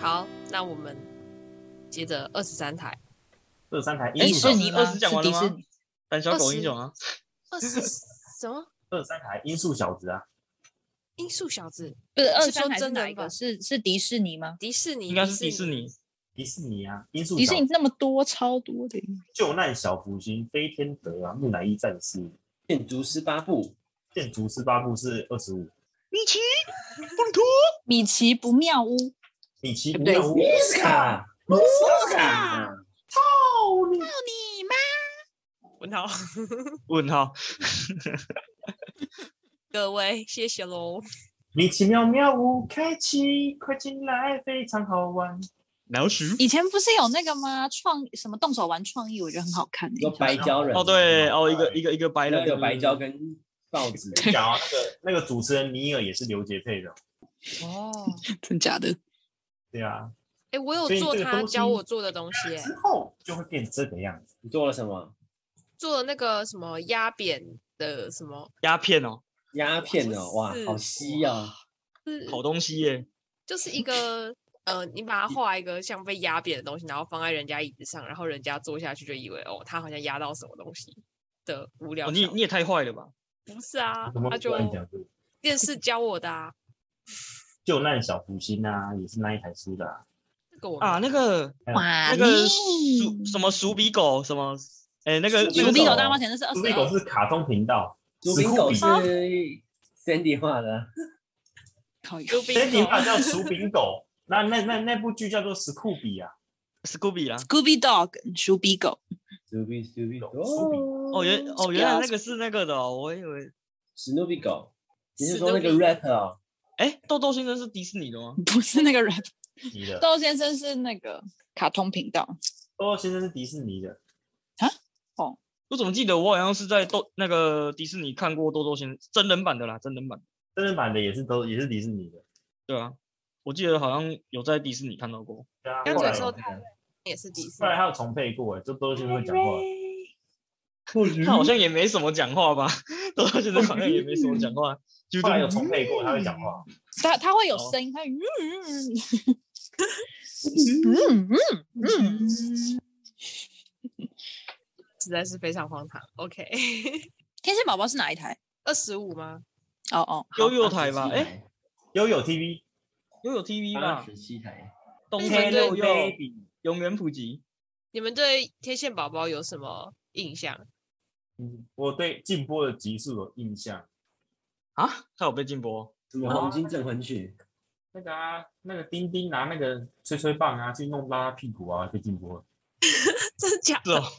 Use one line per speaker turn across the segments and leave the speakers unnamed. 好，那我们接着二十三台，
二十三台
哎，
英
是
是
雄，
你
你
二
吗
十讲完
是
了
迪士
吗？胆小狗
20
英雄啊，
二十什么
二十三台音速小子啊，
音速小子，
不是二
是
三
说
台是
真
哪
啊
人
一个？
版
是是迪士尼吗？
迪士尼
应该是迪士
尼，
尼。
迪士尼啊，音速
迪
小
士尼那么多，超多的。
救难小福星、飞天德啊、木乃伊战士、
建筑师八部，
建筑十八部是二十五，
米奇，蹦图，
米奇不妙屋，
米奇
对
妙屋啊
莫斯卡，莫斯卡，
文 豪，
问号，
各位谢谢喽。
米奇妙妙屋开启，快进来，非常好玩。
老 鼠。
以前不是有那个吗？创什么动手玩创意，我觉得很好看欸。
有白胶人，
哦，对，哦，一个一个一个白
还有
人，
有白胶跟报 纸，
讲啊，那个那个主持人尼尔也是刘杰配的，
哦，
真假的？
对啊，
哎，我有
所以
做
这个
他
东
教
西
我做的东西，哎
之，后就会变这个样子。
你做了什么？
做了那个什么压扁的什么，
鸦片哦，
鸦片哦，哇
哇是，
好稀哦，
是
好东西耶，
就是一个 呃，你把它画一个像被压扁的东西，然后放在人家椅子上，然后人家坐下去就以为哦，他好像压到什么东西的无聊
哦，
小。
你你也太坏了吧！
不是啊
怎么，
他
会
就
突然讲这个
电视教我的啊，
救难小福星啊，也是那一台出的、啊。
这个我
啊，
没
那个
哇，
那个鼠什么鼠比狗什么，哎，那个
鼠比
那
狗
个
大冒险那啊是二
朱
十
比狗
二，
是卡通频道，
朱
史
宾
酷
狗
比
是 Sandy 画的，
靠腰
有
那
冰
你
狗
版叫鼠饼狗，那那那那部剧叫做《史酷比》啊，
Scooby 啦。
Scooby Dog 鼠比狗，
朱比朱比
朱比
哦原哦
不
原来
要
那个是那个的哦，我以为
史努比狗，你是
史
说那个
努比
rap 哦？
哎豆豆先生是迪士尼的吗？
不是 那个人。
你的。
豆先生是那个卡通频道，
豆豆先生是迪士尼的，
我怎么记得我好像是在豆那个迪士尼看过豆豆先生真人版的啦，真人版的
真人版的也是都也是迪士尼的。
对啊，我记得好像有在迪士尼看到过。
对啊
刚
后
才
来
说
后
他也是迪士尼
来，还有重配过，哎，这豆豆先生会讲话。
嗯
嗯
他好像也没什么讲话吧， 豆豆先生好像也没什么讲话，就
后来有重配过，他会讲话。
他他会有
哦
声音，他 会嗯嗯嗯嗯。
实在是非常荒唐。OK，
天线宝宝是哪一台？
二十五吗？
哦哦，
悠悠台吧，哎，
哎，
悠悠 TV，
悠悠 TV
八
吧，
十七台，
东
日本
森
队
悠
Hello
悠
Baby，
永远普及。
你们对天线宝宝有什么印象？
嗯我对禁播的集数有印象。
啊，他有被禁播，哦
什么黄金镇魂曲，
那个啊，那个丁丁拿那个吹吹棒啊，去弄拉拉屁股啊，被禁播了。
真的假
是
的？
哦，
啦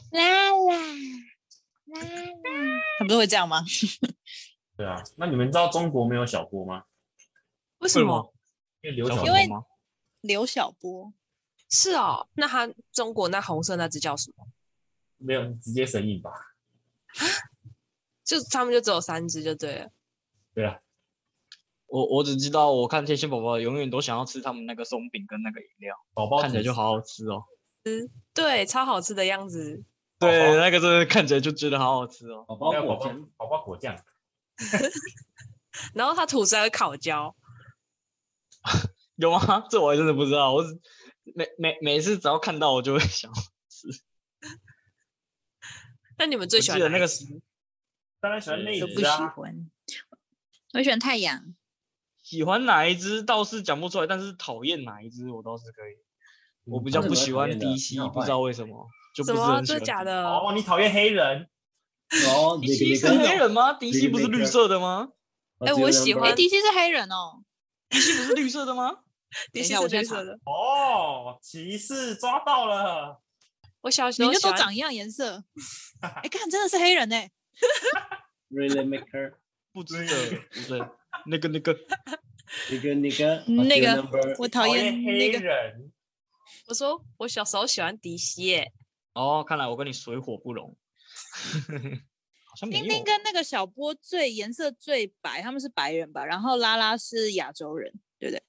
啦啦啦，他不是会这样吗？
对啊，那你们知道中国没有小波吗？
为
为
什么？？
因为刘
小
小
红
因为
吗？
刘晓波
是哦，那他中国那红色那只叫什么？
没有直接神隐吧？
就他们就只有三只就对了。
对啊，
我我只知道，我看天线宝宝永远都想要吃他们那个松饼跟那个饮料，
宝宝
看起来
主
就好好吃哦。
对，超好吃的样子。
宝宝
对，那个真的看起来就觉得好好吃哦。
宝宝
还有宝
果
宝
酱，
宝宝果酱，
然后它吐司还有烤焦，
有吗？ 这我还真的不知道。我只每每每次只要看到，我就会想，我
那你们最喜
记
欢
得
哪
那
一
个
只
当然喜欢内
对
都不
子
喜
啊，
欢，我喜欢太阳。
喜欢哪一只倒是讲不出来，但是讨厌哪一只我倒是可以。我比较
那
不
嗯你会
喜
讨
欢
厌的
DC，
那
不知
坏
道为什么，就不
什
是
么？
很喜
真
欢
的假
DC。
的？
哦，你讨厌黑人？
哦，你
？DC 是黑人吗？DC 不是绿色的吗
哎我喜欢
哎，DC 是黑人哦，
？DC 不是绿色的 吗？
的
等一
确
下
是
我现在
绿色
查
的。
哦，骑士抓到了，
我小时
你
候
就
喜
都
欢
长一样颜色。哎，看真的是黑人哎，
r e l y Maker，
不知道，对，那个那个，
那个那个
那个
number
我讨
讨
厌
黑
那个
人。
我说我小时候喜欢迪西耶，
哦，看来我跟你水火不容。好像没
丁
有
丁跟那个小波最颜色最白，他们是白人吧？然后拉拉是亚洲人，对不对？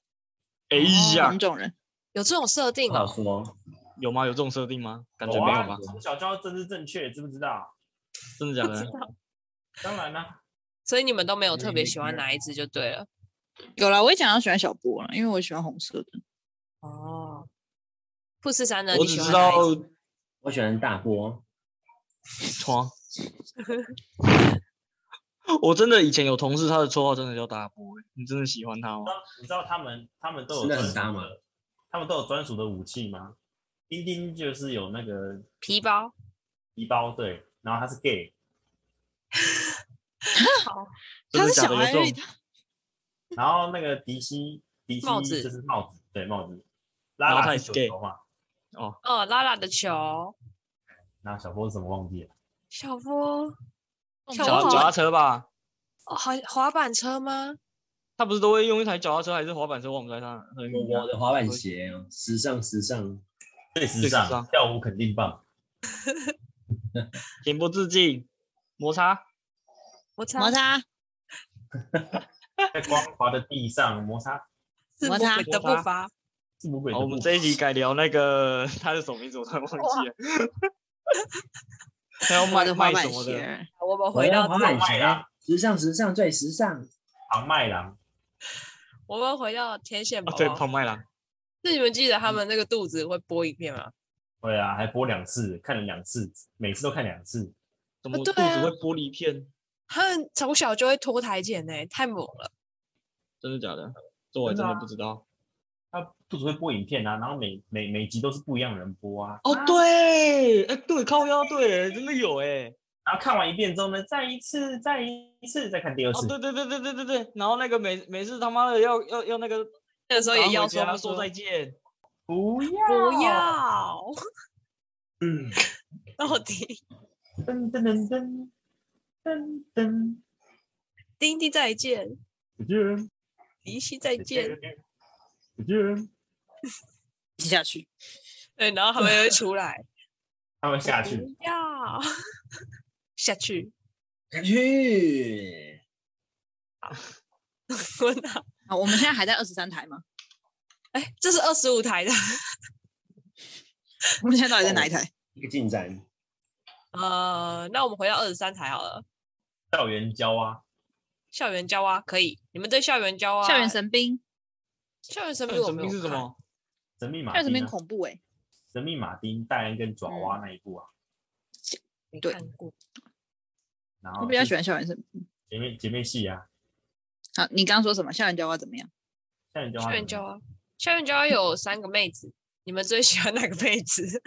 哎呀
黄，种人。
有这种设定
不好
哦。
说，
有吗？有这种设定吗？感觉
有
没有
啊
吧？
从小教政治正确，知不知道？
真的假的？
当然啦、
所以你们都没有特别
嗯
喜欢哪一只就对了。
有啦，我也讲到喜欢小波了，因为我喜欢红色的。
哦，富士山呢？
我
你
只
喜
知
欢
道
哪一 集
我喜欢大波，
床。 我真的以前有同事，他的绰号真的叫大波、欸，你真的喜欢他吗？
你知道他们他们都有
吃得
专
很
属
大吗
的，他们都有专属的武器吗？丁丁就是有那个
皮包。
皮包对，然后他是 gay，
真
他
的
是
假的
小孩
有
而
这
已，
种
他
然后那个迪西迪西
帽子
就是帽子对帽子，
然
拉
后
拉
他也
是
是
球
gay
球嘛，
哦，拉拉的球，
那小波是什么忘记了？
小波，小
小
脚
波
脚踏
滑
车吧？
哦，滑滑板车吗？
他不是都会用一台脚踏车还是滑板车？我们在他
我我的滑板鞋哦，时尚时尚，
最时
最时
尚
尚
跳舞肯定棒，
恬不自禁，摩擦。
摩擦
摩擦
在光滑的地上摩擦
是魔
摩擦
鬼的步
摩擦
伐，
是魔鬼的
哦好，我们
步
这一集改聊那个他的什么名字，我突然忘记了。他要
我
卖
的滑
卖
板
什么的？
鞋，
我们
我
回到
要滑
正
板鞋
卖啦，
时尚时尚最时尚。
庞麦郎，
我们回到天线宝
啊，对，
宝。
庞麦郎。
那你们记得他们那个肚子会播影片吗？
对啊，还播两次，看了两次，每次都看两次，
怎么肚
对
子
啊
会玻璃片？
他们从小就会拖台检呢、太猛了。
真的假的？这我还
真的
真的
啊
不知道。
他不只会播影片啊，然后每每每集都是不一样的人播啊，
哦，对，哎，对，靠腰，对，真的有哎、
然后看完一遍之后呢，再一次，再一次，再看第二
哦，
次，
对对对对对对对，然后那个每每次他妈的要要要那个，
那个时候也要说
他
不
说
说
再见，
不要，
不要，
嗯，
到底
噔噔噔噔噔噔，
丁丁再见，
再见，
迪西再见，，
再见，
记下去。
对，然后他们又会出来，
他们下去，
不要 下去，
下去。
我哪？
好，我们现在还在二十三台吗？
哎，这是二十五台的，
我们现在到底在哪一台？
一个进展，
呃，那我们回到二十三台好了。
校园交啊，
校园交啊，可以。你们对校园交啊？
校园神兵，
校园神
这
兵我
什么
没
名
有
是什
看？
么？
神秘马
校园神
丁
兵
啊，
恐怖哎，
神秘马丁戴恩跟爪哇那一部啊，
没
对
看过。
然
我
后
比较喜欢校园神兵。
姐妹姐妹戏啊，
好，你刚刚说什么？校园教花怎么样？
校园交啊，
校园交啊，校园交啊有三个妹子，你们最喜欢哪个妹子？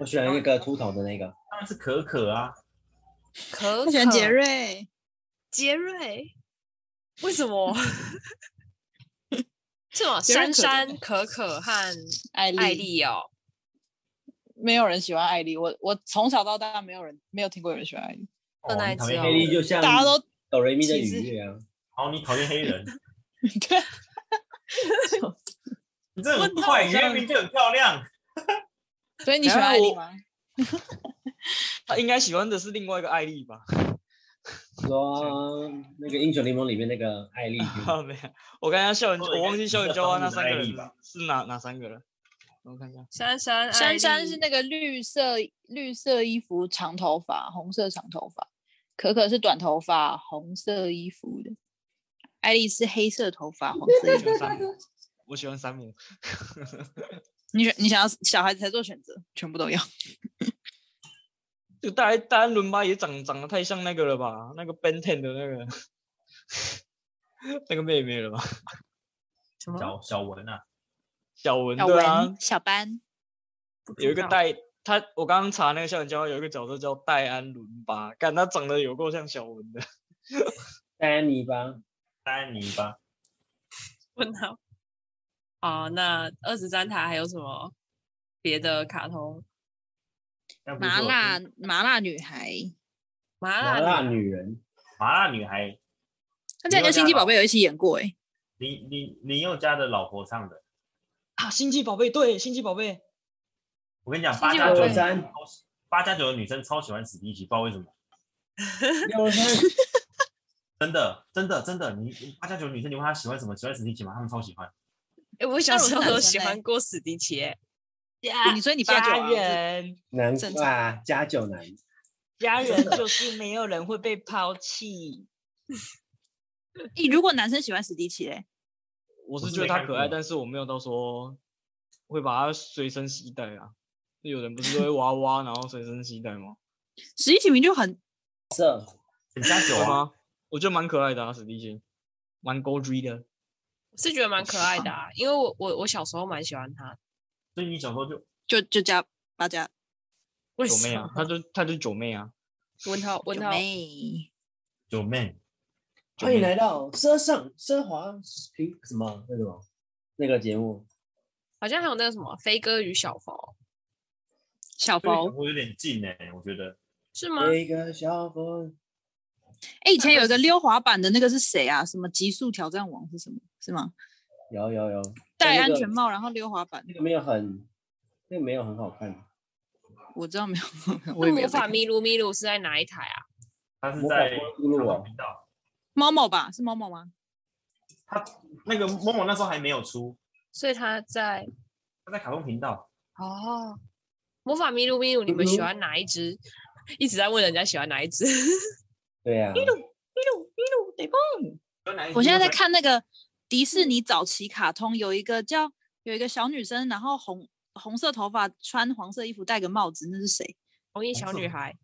我喜欢那个秃头的那个，
当然是可可啊，
可
我喜欢杰
可、
瑞，
杰瑞，为什么？ 是吗？
杰瑞
珊
可
珊、可可和
艾
艾，丽哦，
没有人喜欢艾丽。我我从小到大没有人没有听过有人喜欢艾丽，
哦，你讨厌
黑
黑
莉
人，
就像
大 家都
哆瑞咪的
其实
愉悦啊，
哦，你讨厌黑人，
对。
你这很快，你明明就很漂亮，
所以你喜欢
哎
艾丽
我
吗？
他应该喜欢的是另外一个艾丽吧？
说那个英雄联盟里面那个艾丽，
啊，没有，我刚刚校园，
说了一
我
个
忘记
紫
校园
色生
交换
物
那
的
三
艾
个人
丽
是
吧
是哪哪三个人？我看一下，
珊珊、艾
珊珊是
丽
那个绿色绿色衣服、长头发，红色长头发；可可是短头发，红色衣服的；爱丽是黑色头发，黄色衣
我
服
喜。欢山姆，我喜欢山姆。
你选你想要小孩子才做选择，全部都要。
这个戴戴安伦巴也长长得太像那个了吧？那个 Ben Ten 的那个 那个妹妹了吧？
什么？
小小文啊，
小文
小
对
文、
啊，
小班，
不知
有一个
道
戴他，我刚刚查那个校园交换有一个角色叫戴安伦巴，干他长得有够像小文的。
戴安妮吧，
戴安妮吧，
问号。好，那二十三台还有什么别的卡通？
那不是
麻
有
辣
嗯
麻辣女孩。
麻辣
麻辣
女
女人，
麻辣女孩
她在
你
跟
有
《星
加
际
到
宝贝》有一起演过哎、欸，
林林林宥嘉的老婆唱的。
啊，星际宝贝，对，星际宝贝，
我跟你讲，
星
八
际
加
宝
九
贝
的
三
超喜八加九的女生超喜欢史迪奇，不知道为什么。
六三，
真的，真的，真的，你八加九的女生，你问她喜欢什么？喜欢史迪奇吗？她们超喜欢。
哎、我小
那我
时
是
候
男
都
生
喜
欸
欢过史迪奇、欸，
你所以你八九啊，我是
人，
难
正
怪啊加九男，
家人就是没有人会被抛弃。
咦如果男生喜欢史迪奇嘞，
我
我
是
是
觉得
没
他
看
可爱，
过啊
但是我没有到说，会把它随身携带啊。有人不是都会挖挖，然后随身携带 吗？
史蒂奇明就很
色
很加酒
会
嗯
啊，
吗？我觉得蛮可爱的啊，史蒂奇，蛮 g o d 的。
我是觉得蛮可爱的、啊，因为我我我小时候蛮喜欢他的。
所以你小时候就
就就加八加
为
九
什
妹
么
啊？，她就她就九妹啊，
文涛文
九
涛，
妹，
九妹，
哦
九
欢迎
妹
来到奢上奢华平什么那个什么那个节目，
好像还有那个什么飞哥与小佛，
小
啊
包。
我有点近哎、我觉得
是吗？
一个小风
哎、以前有 一个溜滑板的那个是谁啊？什么极速挑战王是什么？是吗？
有有有
戴
那
安
个
全帽，然后溜滑板。
那个没有很那个没有很好看，
我知道没 有，
那
我也没
魔
有在
法
看。
咪噜咪噜是在哪一台啊？
他是
魔法
在
公路
卡通
啊
频道，
猫猫吧？是猫猫吗？
他那个某某那时候还没有出，
所以他在
他在卡通频道，
哦，魔法咪噜咪噜，你们喜欢哪一只？ 一直在问人家喜欢哪一只，
对呀、啊，
哎
有哪一
我现在在
集
看那个迪
嗯
士尼早期卡通，有一个叫有一个小女生，然后红红色头发，穿黄色衣服，戴个帽子，那是谁
红衣
红
小
色
女
的
孩，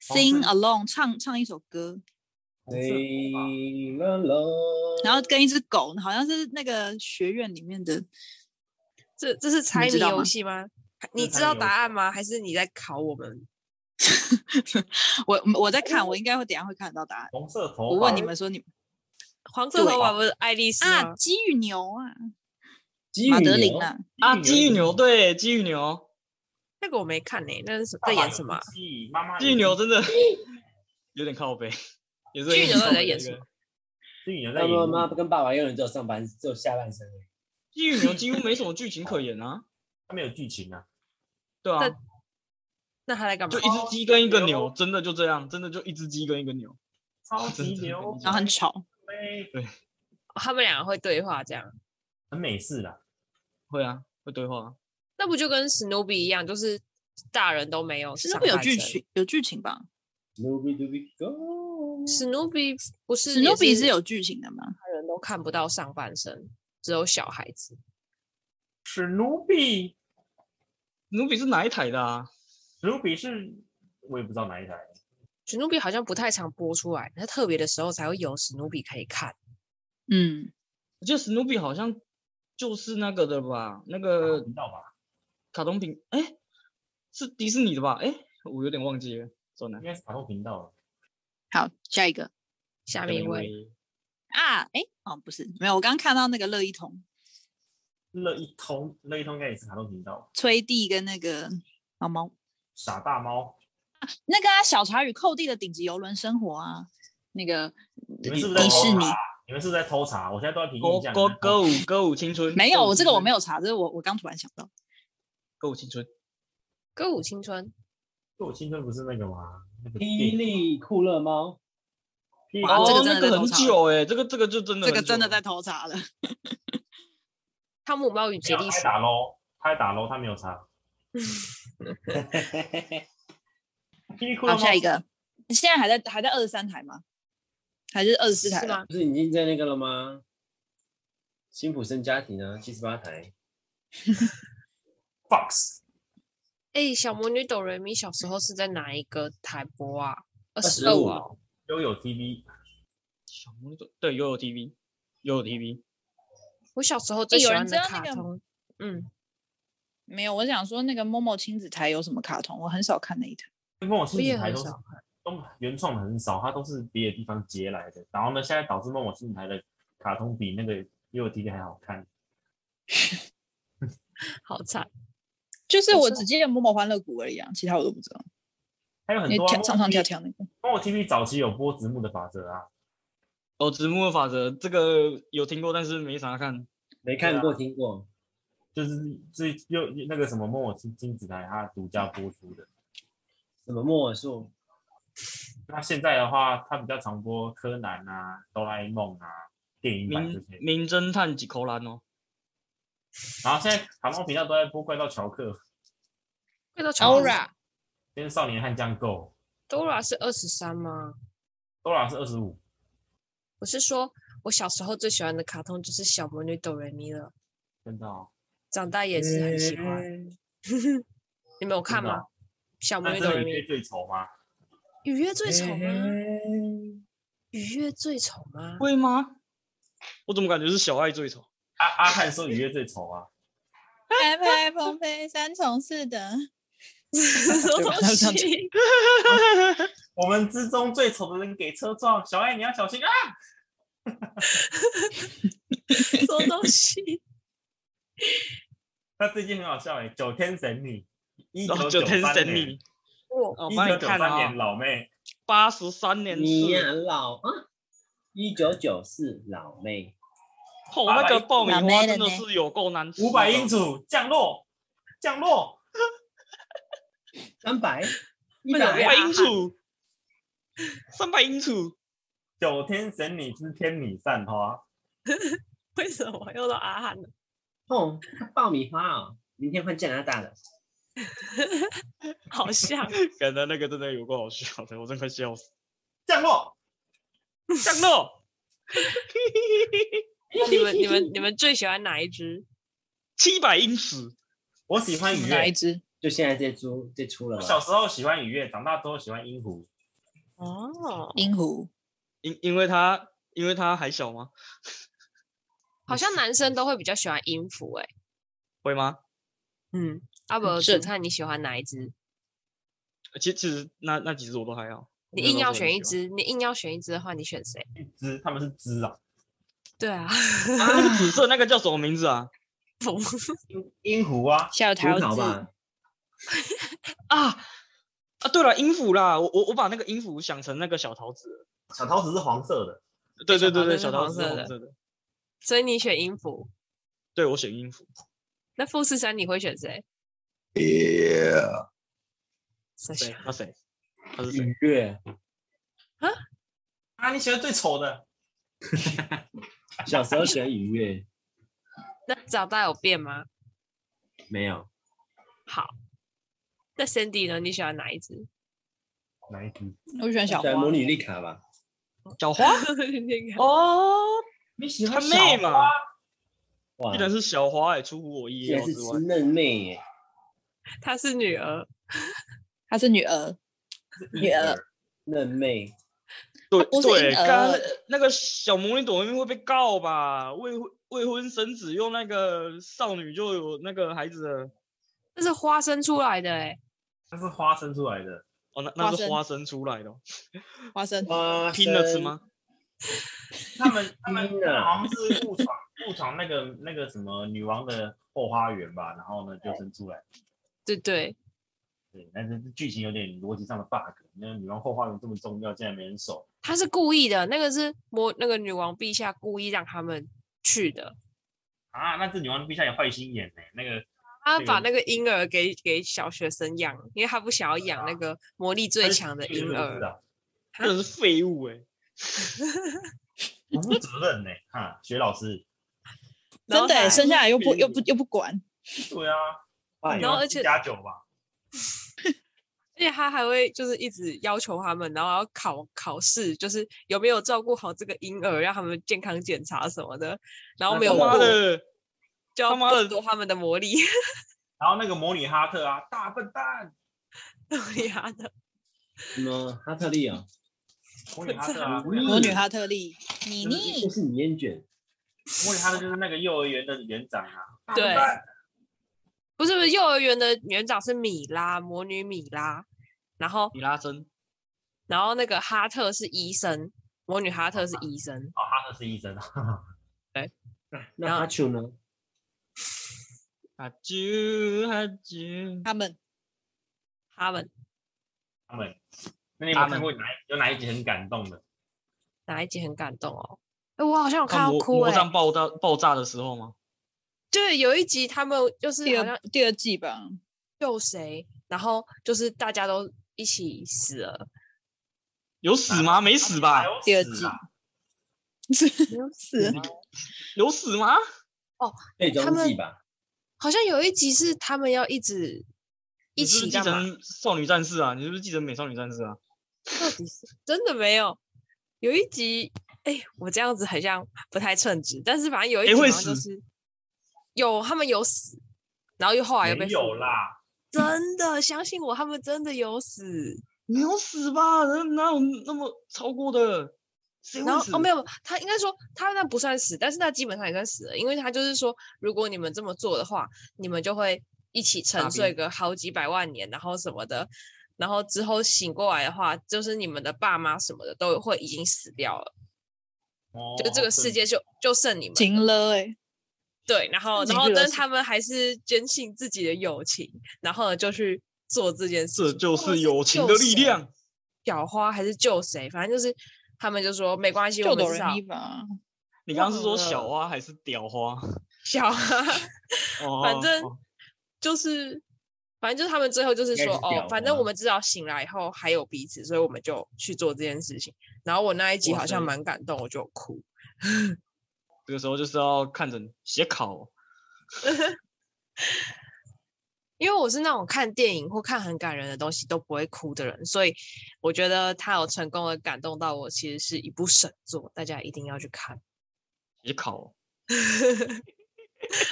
？Sing
色
Along，唱唱一首歌，
红色的头发
Sing along
啊
然后跟一只狗，好像是那个学院里面的。
这这是猜谜
知道
游
吗
戏吗？还你
是
知
猜
道
谜游
答案吗？还是你在考我们？
我我在看，我应该会等一下会看得到答案。
红色
哎
头发，
我问你们说你
黄色头
对
发不是爱丽丝
啊，
吗？
鸡与牛啊，
鸡
马
与
德
牛
琳啊，
啊，鸡与牛，对，鸡与牛，
那个我没看呢、那是什
爸
在
爸
演
有
什么啊？
鸡？妈妈
鸡
有
与牛
鸡，
真的有点靠背，也是
鸡与
有点
牛
靠
到底在
北
演
的一
什
个
鸡与牛在
他
演什
妈
么
妈跟爸爸永远只有上半，只有下半身而已。
鸡与牛几乎没什么剧情可言啊，
他没有剧情啊，
对啊，
但那他在干嘛哦
就一？只鸡跟一个牛，真的就这样，真的就一只鸡跟一个牛，
超
真
级
的
牛
然后很吵。
掰，
他们两个会对话这样，
很美式啦。
会啊，会对话啊，
那不就跟史努比一样，就是大人都没有。
其实会有
上半
剧
身。
情，有剧情吧？
Snoopy Dooby Go，
史努比不是
史努比是
是
有剧情的吗？
大人都看不到上半身，只有小孩子。
史努比，
努比是哪一台的啊？
史努比是我也不知道哪一台，
史努比好像不太常播出来，它特别的时候才会有史努比可以看。
嗯，
我记得史努比好像就是那个的吧，那
呃，
啊
个
频道吧，
卡通频，哎，是迪士尼的吧？哎，我有点忘记了，算了
应。该是卡通频道了。
好，下一个
下面一位，
啊，哎，哦，不是，没有，我刚看到那个乐一桶
乐一通，乐一通应该也是卡通频道。
崔弟跟那个毛毛，
傻大猫，
那个、啊、小茶与寇弟的顶级游轮生活啊，那个
你
迪
们是不是在
迪
偷
士尼
查啊？你们是不是在偷查？我现在都在凭
歌
印象。
啊
歌歌舞歌舞青春，
没有，
歌舞
我这个我
青春
没有查，这是我我刚突然想到，
歌舞青春，
歌舞青春，
歌舞青春不是那个吗？那个
霹雳酷乐猫，
霹
哇
雳
这个真
哦
的
那个
在偷
很
查
久哎，这个这个就真的
这个
很
真的
久
在偷查了。
汤姆猫与杰利
他还
鼠。
打喽，他还打喽，他没有查。霹雳酷乐猫
好，下一个，现在还在还在二十三台吗？还是二十四台
是
了？
吗？
不是已经在那个了吗？辛普森家庭啊，七十八台，
Fox
哎、小魔女斗瑞咪小时候是在哪一个台播啊？二十
25
啊，
悠悠 TV
小魔女对悠悠 TV，悠悠 TV
我小时候最
哎
喜
有人
欢
知
的
道
卡
那个
通，嗯，
没有，我想说那个某某亲子台有什么卡通，我很少看那一台。
跟梦亲
我也
子台
很
都是
少看。
都原创的很少，它都是别的地方截来的。然后呢，现在导致梦我新台的卡通比那个悠悠 TV 还好看。
好惨。
就是
我
我
知道
只记得某某欢乐谷而已啊，其他我都不知道。
还有很
你
多啊
跳唱唱跳
梦
跳那个，
我 TV 早期有播直木的法则啊，
哦，直木的法则这个有听过，但是没啥看。
没看过听过，
就是最又那个什么梦我亲亲子台它独家播出的。
什么木偶树，
那现在的话，它比较常播柯南啊、哆啦 A 梦啊、电影版这
名
些。
名侦探几口兰哦，
然后现在卡通频道都在播《怪盗乔克》《
怪盗乔克
Aura
天少年悍将 Go》
，Dora 是二十三吗？
，Dora 是二十五，
我是说，我小时候最喜欢的卡通就是小魔女斗瑞咪了，
真的哦。
长大也是很喜欢。
嗯
你们有看
真的
吗？小魔
那
女
真
斗
的
人
鱼
面，
最丑吗？
雨月最丑吗？
嗯
雨月最丑吗？
会吗？我怎么感觉是小爱最丑？
阿阿汉说鱼月最丑啊，
拍拍蓬佩三从四的，
什么东
就这
西？
我们之中最丑的人给车撞，小爱你要小心啊！
什么东西？
他最近很好笑哎、九天神女，一
然后
九
哦九天
三
神
年
女，，
我
哦，
一
帮
九
你
九
看
三
啊
年，老妹，
八十三年
你
是
呀老啊，一九九四老妹，
哦，那个爆米
老妹
花
了
真的
呢
是哦有够难吃的，啊
五百英尺降落，降落，
三百一
不
五
能
百
百英 尺，三百英尺，
九天神女之天女散花，
为什么又到阿汉了？
哦，爆米花哦，明天换加拿大的，
好像
感觉那个真的有够好笑的，我真快笑死。
降落，
降落，
那你们你 们你们最喜欢哪一只？
七百英尺，
我喜欢鱼
哪一
月，
只？
就现在这出这出了
我
吧，
小时候喜欢鱼月，长大之后喜欢鹦鹉，
哦，
鹦鹉。
因因为他因为他还小吗？
好像男生都会比较喜欢音符哎、
会吗？
嗯，阿伯，
是
主看你喜欢哪一只？
其其实那那几只我都还好，
你
没有
硬
到
要
特别
选一
喜
只，
欢，
你硬要选一只的话，你选谁？
知他们是知啊，
对 啊，
那个紫色那个叫什么名字啊？
鹦鹉啊，
小
葡
桃
萄
子，
吧，
啊啊，对了，音符啦，我我我把那个音符想成那个小桃子了，
小桃子是黄色的，
对对
小
对
桃子
对，
是
小桃
黄
子是
色
红
的
色的，
所以你选音符。
对我选音符，
那富士山你会选谁？谁
对
选，
那谁？他是谁？
愉悦，
啊，你喜欢最丑的，
小时候喜欢愉悦，
那长大有变吗？
没有
好，那 Cindy 呢？你喜欢哪一只？
哪一只？
我选
喜
小花
欢。魔女丽卡吧，
小花
那个
哦，
你喜
他
欢
妹
小花
嘛，
哇
竟，然是小花哎，出乎我意
竟然
料
是
之外
吃。嫩妹耶，
她是女儿，
她是女儿，女儿
嫩妹，
对
她不是
对，
婴儿
刚那个小魔女朵妹会被告吧？未婚未婚生子用那个少女就有那个孩子的
这是花生出来的哎、
那是花生出来的，
哦，那那
花
是
生
花生出来的哦，
花生。
哇，
拼了吃吗？
他们他们
嗯
他们好
啊
像是误闯误闯那个那个什么女王的后花园吧，然后呢就生出来。
对对，
对，但是剧情有点逻辑上的 bug。那个女王后花园这么重要，竟然没人守，
她是故意的，那个是魔那个女王陛下故意让他们去的。
啊，那这女王陛下也坏心眼呢、那个
她
对
把那个婴儿给给小学生养，因为她不想要养那个魔力最强的婴儿。
啊，
真的是废物哎！
不负责任呢、哈，学老师，
然后
真的
她
欸，
还
生下来又不
孕
又不又不管，
对啊，
哎
然后而且
加九吧，
而且他还会就是一直要求他们，然后要考考试，就是有没有照顾好这个婴儿，让他们健康检查什么的，然后
那
没
他
有
干嘛
妈
过
的，
就要
他妈
剥
的
夺他们的魔力，
然后那个模拟哈特啊，大笨蛋，
魔力哈特，
什么哈特利哦，
模拟哈 特啊，
嗯
魔女哈特利，妮
就是就
妮，
是你烟卷，
模拟哈特就是那个幼儿园的园长啊，大笨
对
蛋
不是不是幼儿园的园长是米拉，魔女米拉，然后
米拉珍
然后那个哈特是医生，魔女哈特是医生，
哦，哈特是医生啊，
那
然后
阿丘呢？
啊啾啊啾，
他们
他们
他们，那你有没有
他们
看过哪一有哪一集很感动的？
哪一集很感动哦？哎，我好像有看到
看啊魔
哭
魔
哎、
杖爆炸爆炸的时候吗？
对，有一集他们就是
第
啊
好像
二第二季吧，
救谁，然后就是大家都一起死了。
有死吗？没死吧
还？有
第二
死
季
啊
是
有死吗？
最终
他们
季吧，
好像有一集是他们要一直一
你是不
起
是
干
继
嘛？
承少女战士啊？你是不是继承美少女战士啊？
到底是真的没有？有一集，哎、我这样子很像不太称职，但是反正有一
谁
集好
会
像就
死
是有他们有死，然后又后来又被
没有
复活，
啦，
真的相信我，他们真的有死。
没有死吧？哪哪有那么超过的？谁
然
会
后
死？
哦，没有，没有他应该说他那不算死，但是那基本上也算死了，因为他就是说，如果你们这么做的话，你们就会一起沉
大
睡
病
个好几百万年，然后什么的，然后之后醒过来的话，就是你们的爸妈什么的都会已经死掉了，
哦，
就这个世界就就剩你们了
行了哎、
对，然后
自
然
己
后
惹
但
死
他们还是坚信自己的友情，然后呢就去做这件事
这
情，
就
或者
是友情的
救
力
谁
量。
小花还是救谁，反正就是他们就说没关系，
就
我们
斗
至
人
少
一吧。
你刚刚是说
忘
小
了
花还是屌花？
小花，
哦，
反正
哦
就是反正就是他们最后就是
应该
说
是
哦
屌，
反正
花
我们至少醒来以后还有彼此，所以我们就去做这件事情。然后我那一集
哇
好像
塞
蛮感动，我就有哭。
这个时候就是要看着写考，
因为我是那种看电影或看很感人的东西都不会哭的人，所以我觉得他有成功的感动到我，其实是一部神作，大家一定要去看
写考。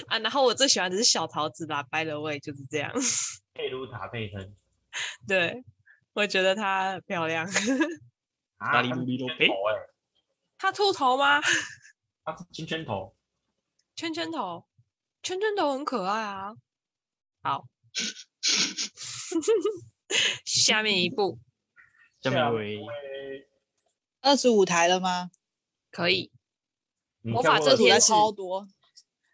啊。然后我最喜欢的是小桃子啦，By the way 就是这样。
佩鲁塔佩森
对，我觉得她很漂亮。
啊，
哪里
他
努
是
力都
圈
呸
头哎，
她秃头吗？
他是金圈头，
圈圈头，圈圈头很可爱啊。好， 下面一步
下
对啊
面为
二十五台了吗？
可以。
你
魔
跳
法
过
这
二
这
四
题
天
啊
是
超多，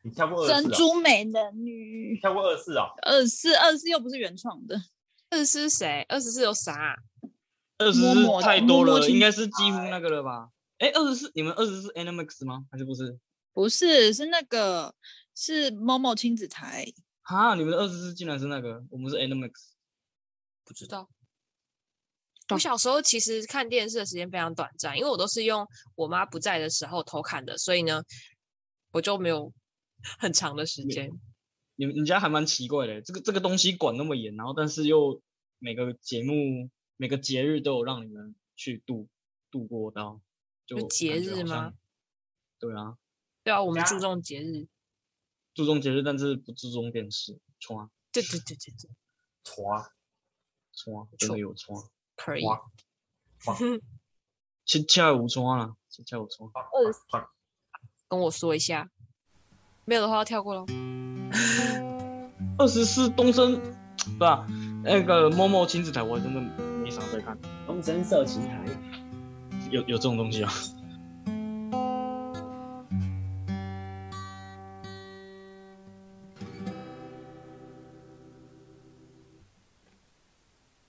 你跳过二
珍
四啊，
珠美人鱼。
跳过二四啊，
二四二四又不是原创的，
二十四是谁？二十四有啥啊、
二十
默
四
默
太
默
多
默
了，
去
应该是几乎那个了吧？哎，二十四，你们二十四 Animax 吗？还是不是？
不是是那个是某某亲子台，
啊，你们的二十四竟然是那个，我们是 Animax。
不知道。我
懂
小时候其实看电视的时间非常短暂，因为我都是用我妈不在的时候偷看的，所以呢，我就没有 很长的时
没
间。
你们你家还蛮奇怪的，这个这个东西管那么严，然后但是又每个节目每个节日都有让你们去度度过到，就
就
感
节日
觉好
吗
像？对啊，
对啊，我们
家
注重节日。
注重节日，但是不注重电视，啊穿
对对对对对，
歘，
穿啊真的有穿，
可以。
哇
七七二五穿啦，七七二五啊穿。
二四，
跟我说一下，没有的话要跳过喽。
二十四东升，对吧、那个某某亲子台，我还真的没啥在看，
东森色情台，
有有这种东西啊？